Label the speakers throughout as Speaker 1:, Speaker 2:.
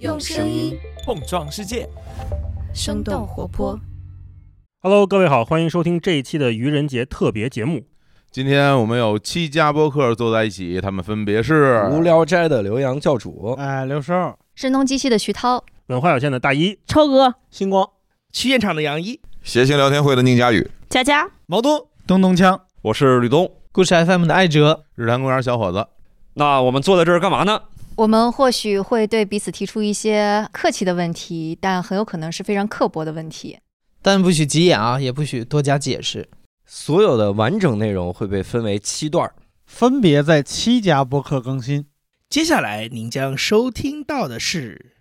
Speaker 1: 用声音
Speaker 2: 碰撞世界。
Speaker 1: 生动活泼。
Speaker 3: Hello，各位好，欢迎收听这一期的愚人节特别节目。
Speaker 4: 今天我们有七家播客坐在一起，他们分别是
Speaker 5: 无聊斋的刘洋教主，
Speaker 6: 哎，刘寿，
Speaker 7: 声东击西的徐涛，
Speaker 3: 文化有限的大一，
Speaker 8: 超哥，
Speaker 6: 星光，
Speaker 9: 去现场的杨一，
Speaker 10: 谐星聊天会的宁佳宇，
Speaker 7: 佳佳，
Speaker 9: 毛东，
Speaker 11: 东东锵，
Speaker 10: 我是吕东，
Speaker 9: 故事 FM 的艾哲，
Speaker 4: 日坛公园小伙子。
Speaker 12: 那我们坐在这儿干嘛呢？
Speaker 7: 我们或许会对彼此提出一些客气的问题，但很有可能是非常刻薄的问题。
Speaker 9: 但不许急眼啊，也不许多加解 释。
Speaker 5: 所有的完整内容会被分为七段儿，
Speaker 6: 分别在七家播客更新。
Speaker 9: 接下来您将收听到的是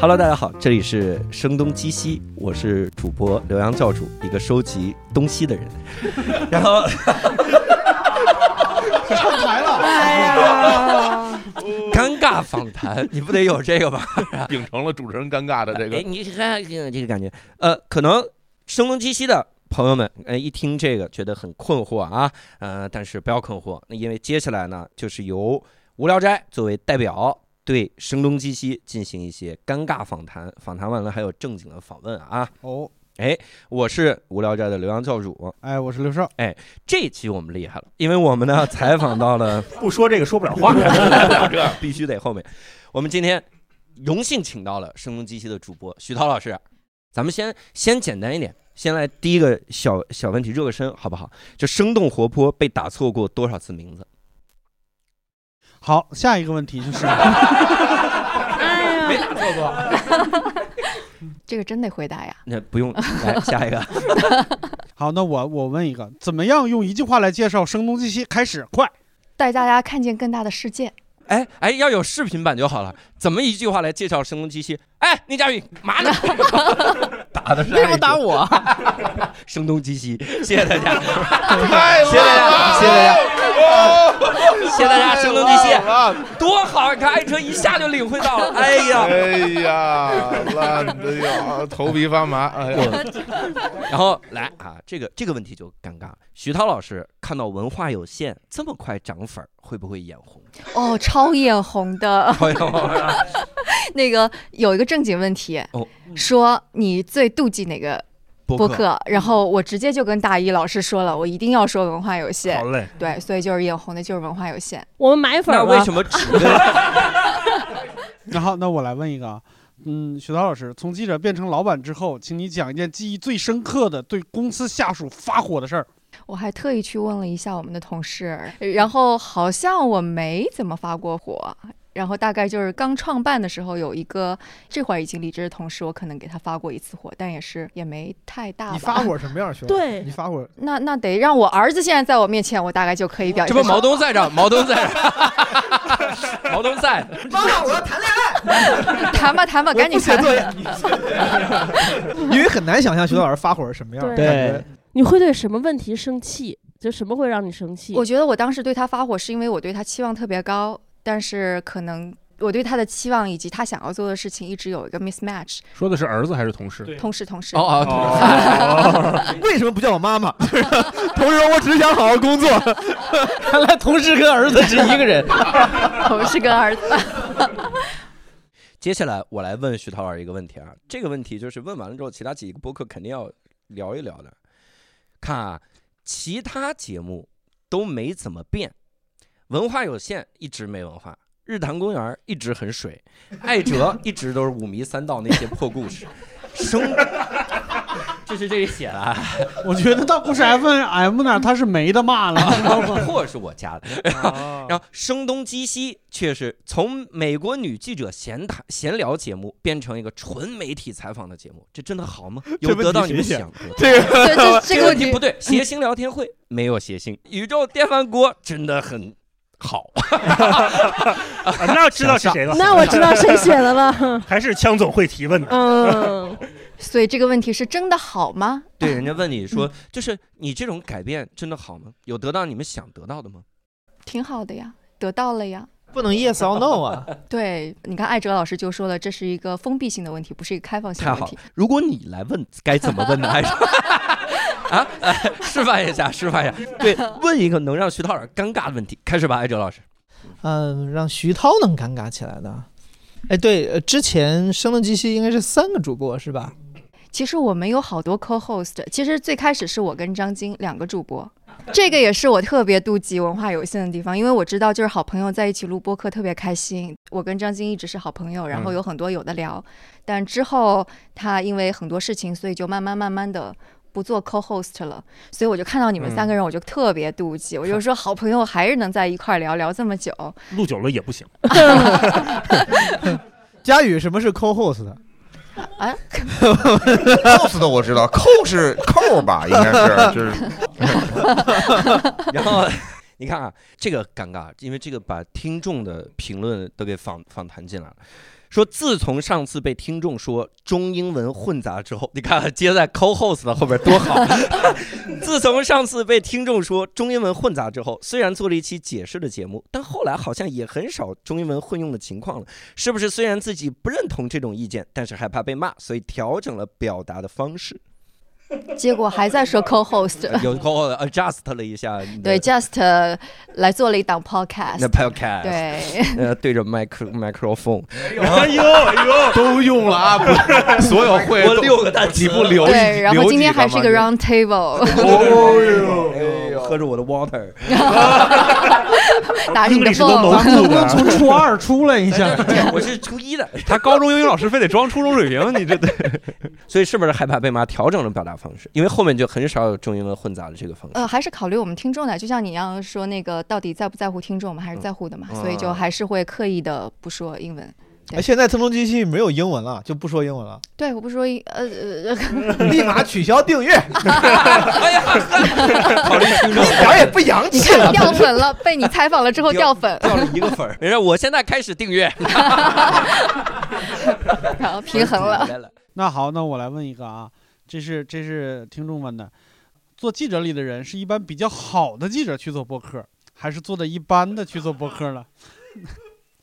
Speaker 5: Hello，大家好，这里是声东击西，我是主播刘洋教主，一个收集东西的人。然后，
Speaker 6: 上台了，
Speaker 5: 哎呀，尴尬访谈，你不得有这个吧？
Speaker 4: 秉承了主持人尴尬的这
Speaker 5: 啊哎，
Speaker 4: 个，
Speaker 5: 你看这个这个感觉，呃，可能声东击西的朋友们，呃，一听这个觉得很困惑啊，呃，但是不要困惑，那因为接下来呢，就是由无聊斋作为代表对声东击西进行一些尴尬访谈，访谈完了还有正经的访问啊。
Speaker 6: 哦，
Speaker 5: 我是无聊斋的刘洋教主，
Speaker 6: 哎，我是刘寿，
Speaker 5: 这一期我们厉害了，因为我们呢采访到了，
Speaker 3: 不说这个说不了话。
Speaker 5: 这 必须得后面，我们今天荣幸请到了声东击西的主播徐涛老师。咱们先先简单一点，先来第一个小小问题热个身，好不好？就生动活泼被打错过多少次名字？
Speaker 6: 好，下一个问题就是，
Speaker 7: 哎呀，
Speaker 5: 错过，
Speaker 7: 这个真得回答呀！
Speaker 5: 那不用来下一个。
Speaker 6: 好，那我我问一个，怎么样用一句话来介绍声东击西？开始，快，
Speaker 7: 带大家看见更大的世界。
Speaker 5: 哎哎，要有视频版就好了。怎么一句话来介绍声东击西？哎，宁佳宇，嘛呢？ 打的是
Speaker 8: 为什么打我？
Speaker 5: 声东击西？谢谢大家，
Speaker 4: 太
Speaker 5: 谢谢大家，谢谢大家。
Speaker 4: 哦
Speaker 5: 谢谢大家声东击西，
Speaker 4: 西。
Speaker 5: 多好！你看艾哲一下就领会到了。哎呀，
Speaker 4: 哎呀，烂的呀，头皮发麻。哎呀，
Speaker 5: 然后来啊，这个这个问题就尴尬了。徐涛老师看到文化有限这么快涨粉儿，会不会眼红？
Speaker 7: 哦，超眼红的
Speaker 5: 哎呦
Speaker 7: 那个有一个正经问题
Speaker 5: 哦，
Speaker 7: 说你最妒忌哪个播
Speaker 5: 播客，
Speaker 7: 客？然后我直接就跟大一老师说了，我一定要说文化有限
Speaker 3: 好。嘞，
Speaker 7: 对，所以就是眼红的就是文化有限。
Speaker 8: 我们买粉
Speaker 5: 那
Speaker 8: 了。
Speaker 5: 为什么只跟
Speaker 6: 然后那我来问一个啊，嗯，徐涛老师，从记者变成老板之后，请你讲一件记忆最深刻的对公司下属发火的事儿。
Speaker 7: 我还特意去问了一下我们的同事，然后好像我没怎么发过火。然后大概就是刚创办的时候，有一个这会儿已经离职的同事，我可能给他发过一次火，但也是也没太
Speaker 9: 啊
Speaker 7: 大吧。
Speaker 6: 你发？火什么样，兄弟？
Speaker 8: 对
Speaker 6: 你 发火，
Speaker 7: 那那得让我儿子现在在我面前，我大概就可以表
Speaker 5: 这
Speaker 7: 现。
Speaker 5: 不毛东在这儿？毛东在这儿， 毛东在。
Speaker 7: 谈吧谈吧，赶紧谈。
Speaker 9: 因为很难想象徐老师发火是什么
Speaker 8: 样对，你会对什么问题生气？就什么会让你生气？
Speaker 7: 我觉得我当时对他发火，是因为我对他期望特别高，但是可能我对他的期望以及他想要做的事情一直有一个 mismatch。
Speaker 3: 说的是儿子还是同事？
Speaker 7: 同事同事，
Speaker 5: 哦哦，
Speaker 9: 为什么不叫我妈妈？ 同事，我只想好好工作。
Speaker 5: 看来同事跟儿子是一个 人。
Speaker 7: 同事跟儿子。
Speaker 5: 接下来我来问徐涛老师一个问题啊，这个问题就是问完了之后，其他几个播客肯定要聊一聊的。看啊，其他节目都没怎么变，文化有限一直没文化，日坛公园一直很水，艾哲一直都是五迷三道那些破故事，生。这是这里写的、啊，
Speaker 6: 我觉得到故事 FM 那儿他是没得骂了，
Speaker 5: 破是我家的，然后声东击西却是从美国女记者闲谈闲聊节目变成一个纯媒体采访的节目，这真的好吗？有得到你们想得到。
Speaker 7: 对，这这
Speaker 5: 这
Speaker 7: 个
Speaker 5: 个 问
Speaker 7: 问
Speaker 5: 题
Speaker 7: 题
Speaker 5: 不对，谐星聊天会没有谐星，宇宙电饭锅真的很好。
Speaker 3: 啊那知道是谁了？
Speaker 8: 那我知道谁写 的了。
Speaker 3: 还是枪总会提问的。
Speaker 8: 嗯，
Speaker 7: 所以这个问题是真的好吗？
Speaker 5: 对，人家问你说，就是你这种改变真的好吗？有得到你们想得到的吗？
Speaker 7: 挺好的呀，得到了呀。
Speaker 9: 不能 yes or no 啊！
Speaker 7: 对，你看艾哲老师就说了，这是一个封闭性的问题，不是一个开放性
Speaker 5: 太
Speaker 7: 的问
Speaker 5: 好了
Speaker 7: 题。，
Speaker 5: 如果你来问该怎么问呢？ 还是啊， 哎示范一下，示范一下。对，问一个能让徐涛老师尴尬的问题，开始吧，艾哲老师。
Speaker 2: 嗯，让徐涛能尴尬起来的。哎，对，呃之前声东击西应该是三个主播是吧？
Speaker 7: 其实我们有好多 co-host，其实最开始是我跟张晶两个主播，这个也是我特别妒忌文化有限的地方，因为我知道就是好朋友在一起录播客特别开心，我跟张晶一直是好朋友，然
Speaker 5: 嗯
Speaker 7: 后有很多有的聊，但之后他因为很多事情，所以就慢慢慢慢的。不做 co-host 了，所以我就看到你们
Speaker 3: 嗯
Speaker 7: 三个人，我就特别妒忌。我就说，好朋友还是能在一块儿聊聊这么久，
Speaker 3: 录久了也不行。
Speaker 2: 佳宇什么是 co-host 的？
Speaker 7: 啊，
Speaker 10: cos 的我知道，cos 是扣吧，应该 是就是
Speaker 5: 然后你看啊，这个尴尬，因为这个把听众的评论都给访访谈进来了。说自从上次被听众说中英文混杂之后，你看啊接在 co-host 的后边多好。 自从上次被听众说中英文混杂之后，虽然做了一期解释的节目，但后来好像也很少中英文混用的情况了。是不是虽然自己不认同这种意见，但是害怕被骂，所以调整了表达的方式？
Speaker 7: 结果还在说 co-host。
Speaker 5: 有 co adjust 了一下你的
Speaker 7: 对，just 呃来做了一档 podcast。
Speaker 5: 那 podcast
Speaker 7: 对
Speaker 5: 呃，对着麦克 microphone，
Speaker 3: 哎呦哎呦，
Speaker 5: 都用了啊，不是所有会我六个单词，你不留
Speaker 7: 对，然后今天还是一 个
Speaker 5: 哎
Speaker 7: round table，
Speaker 12: 哎
Speaker 5: 呦，喝着我的 water，
Speaker 7: 打你的
Speaker 6: 咱
Speaker 7: phone。
Speaker 6: 们能不能从初二出来一下？
Speaker 5: 哎我是初一的，
Speaker 12: 他高中英语老师非得装初中水平，你这
Speaker 5: 所以是不是害怕被骂？调整了表达方式，因为后面就很少有中英文混杂的这个方式。
Speaker 7: 呃，还是考虑我们听众的，就像你一样说那个到底在不在乎听众，我们还是在乎的嘛，
Speaker 2: 嗯
Speaker 7: 所以就还是会刻意的不说英文。
Speaker 2: 哎，现在腾龙机器没有英文了，就不说英文 了，
Speaker 7: 对，我不说英，呃 呃，
Speaker 2: 立马取消订 阅。
Speaker 5: 一
Speaker 2: 点也不洋
Speaker 7: 你
Speaker 2: 气
Speaker 7: 看
Speaker 2: 了。
Speaker 7: 掉粉了，被你采访了之后掉粉，
Speaker 5: 掉了一个粉儿。没事，我现在开始订阅。
Speaker 7: 然后 平衡了。
Speaker 6: 那好，那我来问一个啊，这是这是听众问的，做记者里的人是一般比较好的记者去做播客，还是做的一般的去做播客呢？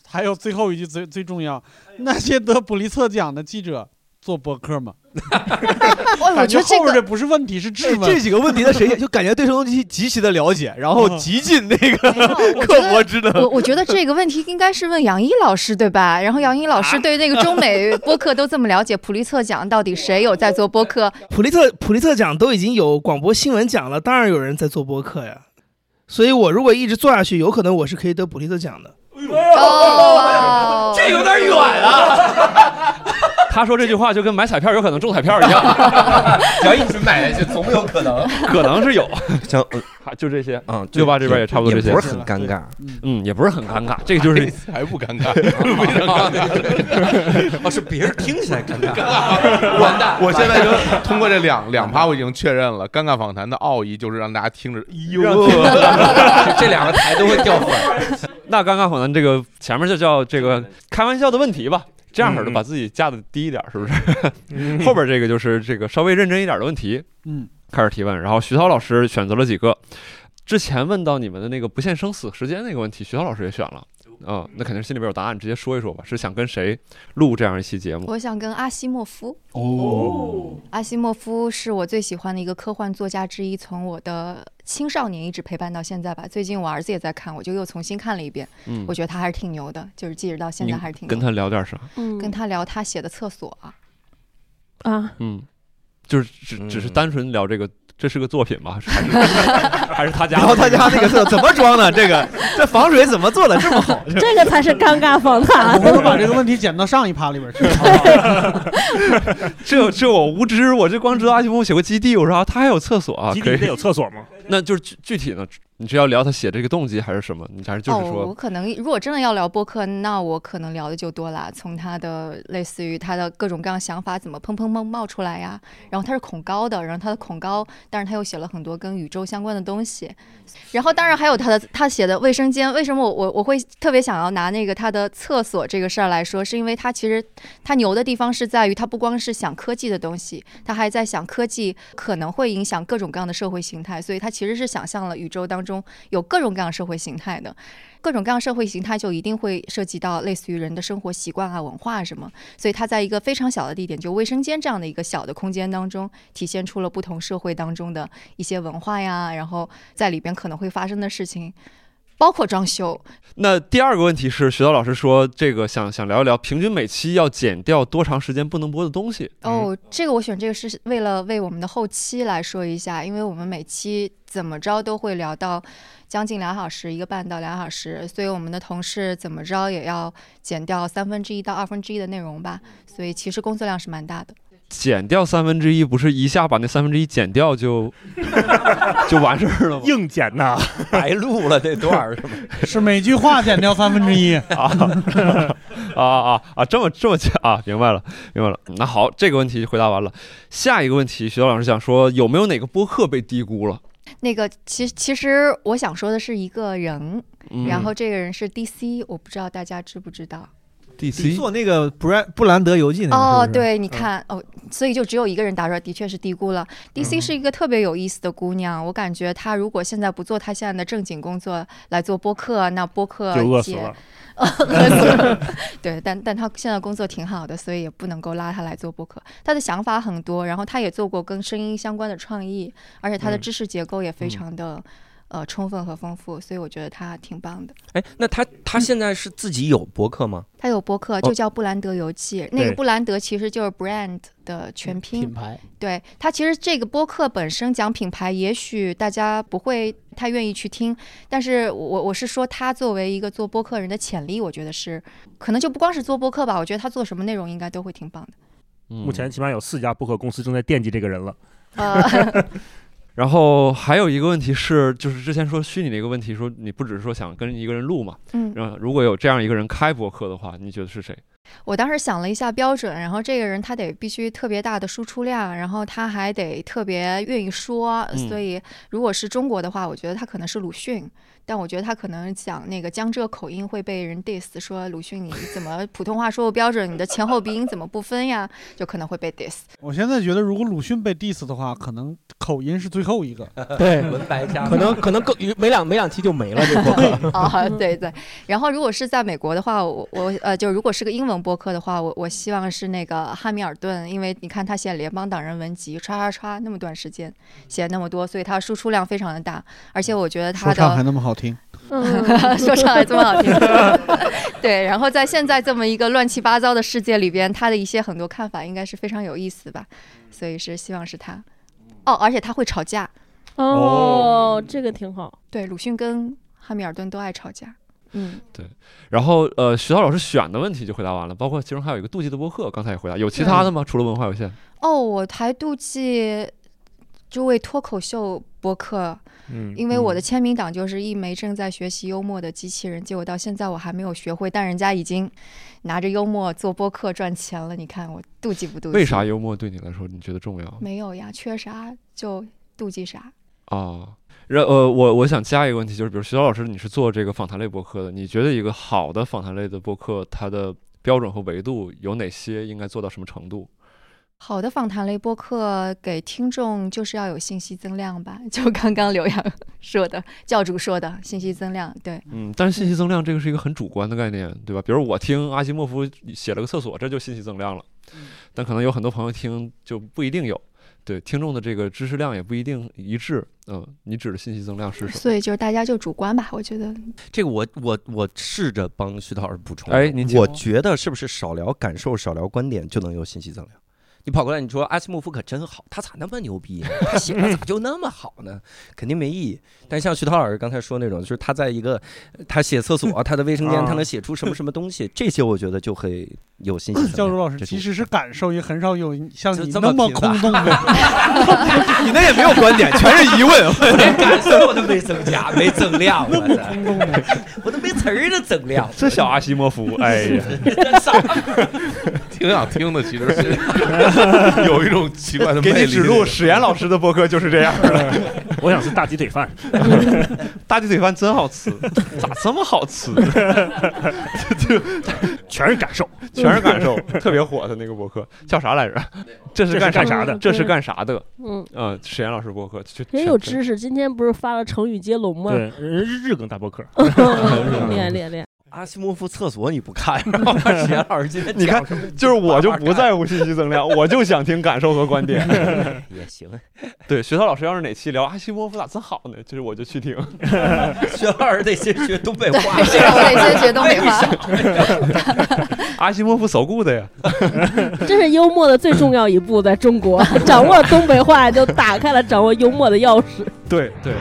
Speaker 6: 还有最后一句最最重要，那些得普利策奖的记者做播客吗？
Speaker 7: 哎我
Speaker 6: 感
Speaker 7: 觉
Speaker 6: 觉
Speaker 7: 得这
Speaker 6: 后
Speaker 7: 个
Speaker 6: 面这不是问题，是质问。
Speaker 2: 这几个问题的谁就感觉对声东击西极其的了解，然后极尽那
Speaker 7: 哎
Speaker 2: 个刻薄之能。
Speaker 7: 我我觉得这个问题应该是问杨一老师对吧？然后杨一老师对那个中美播客都这么了解，普利策奖到底谁有在做播客？
Speaker 11: 普利特普利特奖都已经有广播新闻奖了，当然有人在做播客呀。所以我如果一直做下去，有可能我是可以得普利特奖的。
Speaker 7: 哦，
Speaker 5: 这有点
Speaker 12: 远啊。 他说这句话就跟买彩票有可能中彩票一 样，
Speaker 5: 只要一直买下去，总有可 能。
Speaker 12: 可能是有。
Speaker 5: 行，
Speaker 12: 还就这些，
Speaker 5: 嗯，
Speaker 12: 六八这边也差不多这些，
Speaker 5: 也不是很尴尬，
Speaker 12: 嗯，也不是很尴尬， 这个就是
Speaker 4: 还不尴 尬
Speaker 5: 哦，是别人听起来尴尬。
Speaker 4: 完蛋！我现在就通过这两两趴，我已经确认了，尴尬访谈的奥义就是让大家听着，哎呦，
Speaker 5: 这两个台都会掉粉。
Speaker 12: 那刚刚好呢，这个前面就叫这个开玩笑的问题吧，这样式的把自己架的低一点，是不是？ 后边这个就是这个稍微认真一点的问题，
Speaker 6: 嗯，
Speaker 12: 开始提问。然后徐涛老师选择了几个，之前问到你们的那个不限生死时间那个问题，徐涛老师也选了。嗯，那肯定心里边有答案，直接说一说吧。是想跟谁录这样一期节目？
Speaker 7: 我想跟阿西莫夫。
Speaker 12: 哦，
Speaker 7: 阿西莫夫是我最喜欢的一个科幻作家之一，从我的青少年一直陪伴到现在吧。最近我儿子也在看，我就又重新看了一遍。
Speaker 12: 嗯
Speaker 7: 我觉得他还是挺牛的，就是即使到现
Speaker 12: 你
Speaker 7: 在还是挺牛
Speaker 12: 嗯跟
Speaker 7: 的
Speaker 12: 他聊点啥？
Speaker 7: 跟他聊他写的厕所啊，
Speaker 8: 嗯啊，
Speaker 12: 嗯，就是只
Speaker 5: 嗯
Speaker 12: 只是单纯聊这个，这是个作品 吧？还是还是他家？
Speaker 2: 然后他家那个厕所怎么 装的？这个 这防水怎么做的这么好？
Speaker 8: 这个才是尴尬访谈
Speaker 6: 我。们把这个问题剪到上一趴里 边去。
Speaker 12: 这这我无知，我这光知道阿西莫夫写过基地，我说啊，他还有厕所啊？
Speaker 3: 基地
Speaker 12: 可以
Speaker 3: 得有厕所吗？
Speaker 12: 那就是具具体呢？你是要聊他写这个动机还是什么？你还是就是
Speaker 7: 哦，我
Speaker 12: 说，
Speaker 7: 可能如果真的要聊播客，那我可能聊的就多啦，从他的类似于他的各种各样想法怎么砰砰砰冒出来呀，然后他是恐高的，然后他的恐高，但是他又写了很多跟宇宙相关的东西，然后当然还有他的他写的卫生间，为什么我我我会特别想要拿那个他的厕所这个事儿来说，是因为他其实他牛的地方是在于他不光是想科技的东西，他还在想科技可能会影响各种各样的社会形态，所以他其实是想象了宇宙当中有各种各样社会形态的。各种各样社会形态就一定会涉及到类似于人的生活习惯啊、文化啊什么，所以他在一个非常小的地点，就卫生间这样的一个小的空间当中，体现出了不同社会当中的一些文化呀，然后在里边可能会发生的事情。包括装修。
Speaker 12: 那第二个问题是，徐涛老师说这个想想聊一聊，平均每期要剪掉多长时间不能播的东西。
Speaker 7: 哦，这个我选这个是为了为我们的后期来说一下，因为我们每期怎么着都会聊到将近两小时，一个半到两小时，所以我们的同事怎么着也要减掉三分之一到二分之一的内容吧，所以其实工作量是蛮大的。
Speaker 12: 减掉三分之一，不是一下把那三分之一减掉就就完事儿了吗？
Speaker 3: 硬减呐，
Speaker 5: 白录了这段儿是吗？
Speaker 6: 是每句话减掉三分之一
Speaker 12: 啊 啊啊啊！这么这么讲啊，明白了，明白了。那好，这个问题回答完了。下一个问题，徐涛老师想说，有没有哪个播客被低估了？
Speaker 7: 那个，其其实我想说的是一个人，
Speaker 12: 嗯
Speaker 7: 然后这个人是 DC，我不知道大家知不知道。
Speaker 12: DC
Speaker 9: 做那个布兰布兰德游记那个
Speaker 7: 哦，
Speaker 9: 是不是
Speaker 7: 对，你看、哦，所以就只有一个人答出来，的确是低估了。DC 是一个特别有意思的姑娘，我感觉她如果现在不做她现在的正经工作来做播客，那播客
Speaker 3: 就饿死
Speaker 7: 界
Speaker 3: 了。
Speaker 7: 饿死了， 对，但但她现在工作挺好的，所以也不能够拉她来做播客。她的想法很多，然后她也做过跟声音相关的创意，而且她的
Speaker 5: 嗯
Speaker 7: 知识结构也非常的、呃充分和丰富，所以我觉得她挺棒的。
Speaker 5: 哎，那他他现在是自己有博客吗？
Speaker 7: 他有博客，
Speaker 5: 哦
Speaker 7: 就叫布兰德游记。那个
Speaker 5: 对
Speaker 7: 布兰德其实就是 brand 的全拼。
Speaker 13: 品牌。
Speaker 7: 对他其实这个播客本身讲品牌，也许大家不会太愿意去听，但是我我是说他作为一个做播客人的潜力，我觉得是可能就不光是做播客吧，我觉得他做什么内容应该都会挺棒的。
Speaker 12: 嗯
Speaker 3: 目前起码有四家播客公司正在惦记这个人了。
Speaker 7: 呃
Speaker 12: 然后还有一个问题是，就是之前说虚拟那个问题，说你不只是说想跟一个人录嘛，
Speaker 7: 嗯
Speaker 12: 然后如果有这样一个人开播客的话，你觉得是谁？
Speaker 7: 我当时想了一下标准，然后这个人他得必须特别大的输出量，然后他还得特别愿意说。
Speaker 12: 嗯
Speaker 7: 所以如果是中国的话，我觉得他可能是鲁迅，但我觉得他可能讲那个江浙口音会被人 diss，说鲁迅你怎么普通话说不标准，你的前后鼻音怎么不分呀？就可能会被 diss。。
Speaker 6: 我现在觉得，如果鲁迅被 diss 的话，可能口音是最后一个
Speaker 13: 对文
Speaker 5: 白家
Speaker 13: 可能可能更没两没两期就没了这个
Speaker 7: 啊，对对。然后如果是在美国的话，我我呃，就如果是个英文播客的话，我我希望是那个汉密尔顿，因为你看他写联邦党人文集，唰唰唰那么短时间写那么多，所以他输出量非常的大，而且我觉得他
Speaker 6: 说唱还
Speaker 7: 的。
Speaker 6: 那么好听，
Speaker 8: 嗯
Speaker 7: 说唱还这么好听，对。然后在现在这么一个乱七八糟的世界里边，他的一些很多看法应该是非常有意思的吧，所以是希望是他。哦，而且他会吵架。
Speaker 8: 哦，这个挺好。
Speaker 7: 对，鲁迅跟汉密尔顿都爱吵架。嗯，
Speaker 12: 对，然后呃，徐涛老师选的问题就回答完了，包括其中还有一个妒忌的播客，刚才也回答，有其他的吗？除了文化有限，
Speaker 7: 哦，我还妒忌这位脱口秀播客，
Speaker 12: 嗯
Speaker 7: 因为我的签名档就是一枚正在学习幽默的机器人，结果到现在我还没有学会，但人家已经拿着幽默做播客赚钱了，你看我妒忌不妒忌？
Speaker 12: 为啥幽默对你来说你觉得重要？
Speaker 7: 没有呀？缺啥就妒忌啥。
Speaker 12: 啊，然呃，我我想加一个问题，就是比如徐涛老师，你是做这个访谈类播客的，你觉得一个好的访谈类的播客，它的标准和维度有哪些？应该做到什么程度？
Speaker 7: 好的访谈类播客给听众就是要有信息增量吧，就刚刚刘洋 说的，教主说的信息增量，对，
Speaker 12: 嗯，但是信息增量这个是一个很主观的概念，对吧？比如我听阿西莫夫写了个厕所，这就信息增量了，但可能有很多朋友听就不一定有。对听众的这个知识量也不一定一致，嗯，你指的信息增量是什么？
Speaker 7: 所以就是大家就主观吧，我觉 得
Speaker 5: 这个我我我试着帮徐导补充。
Speaker 12: 哎您请
Speaker 5: 我觉得是不是少聊感受、少聊观点就能有信息增量？你跑过来，你说阿西莫夫可真好，他咋那么牛逼呢？他写的咋就那么好 呢？肯定没意义。但像徐涛老师刚才说那种，就是他在一个他写厕所、他的卫生
Speaker 12: 啊
Speaker 5: 间，他能写出什么什么东西，这些我觉得就会有信息增 量。
Speaker 6: 教主老师
Speaker 5: 这是
Speaker 6: 即使是感受，也很少有像你
Speaker 5: 这
Speaker 6: 那
Speaker 5: 么
Speaker 6: 么
Speaker 5: 平淡
Speaker 6: 空洞的。
Speaker 9: 你那也没有观点，全是疑问。
Speaker 5: 我连感受都没增加， 没增量，我操！啊 我都没词儿的增量。
Speaker 12: 这小阿西莫夫，哎 呀，
Speaker 4: 挺想听的，其实是 有一种奇怪的
Speaker 9: 给
Speaker 4: 魅
Speaker 9: 你
Speaker 4: 力。
Speaker 9: 指路，史岩老师的播客就是这样的。
Speaker 3: 我想是大鸡腿饭，
Speaker 12: 大鸡腿饭真好吃，咋这么好吃？就
Speaker 3: 全是感 受，
Speaker 12: 全是感受， 特别火的那个博客叫啥来着？这是干
Speaker 3: 这是干啥的
Speaker 12: 这是干啥的？
Speaker 8: 嗯
Speaker 12: 嗯，史岩老师博客就
Speaker 8: 人有知识，今天不是发了成语接龙吗？
Speaker 3: 对，日日更大播客，
Speaker 8: 厉害厉害厉害！
Speaker 5: 阿西莫夫厕所你不看，然后把史岩老师今天
Speaker 12: 你看
Speaker 5: 讲什么，
Speaker 12: 就是我就不在乎信息增 量，我就想听感受和观点。
Speaker 5: 也行，
Speaker 12: 对，学涛老师要是哪期聊啊阿西莫夫咋这好呢？就是我就去听。
Speaker 5: 学涛老师得先学东北话，
Speaker 7: 对学涛得先学东北话
Speaker 12: 阿西莫夫 so good 呀！
Speaker 8: 这是幽默的最重要一步，在中国掌握东北话就打开了掌握幽默的钥匙。
Speaker 12: 对对，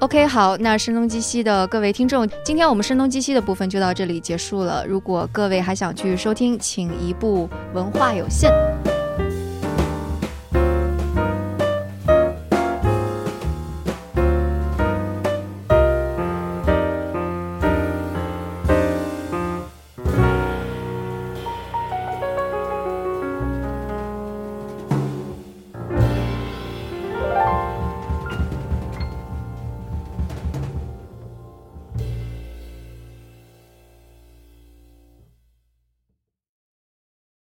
Speaker 7: OK，好，那声东击西的各位听众，今天我们声东击西的部分就到这里结束了。如果各位还想去收听，请移步文化有限。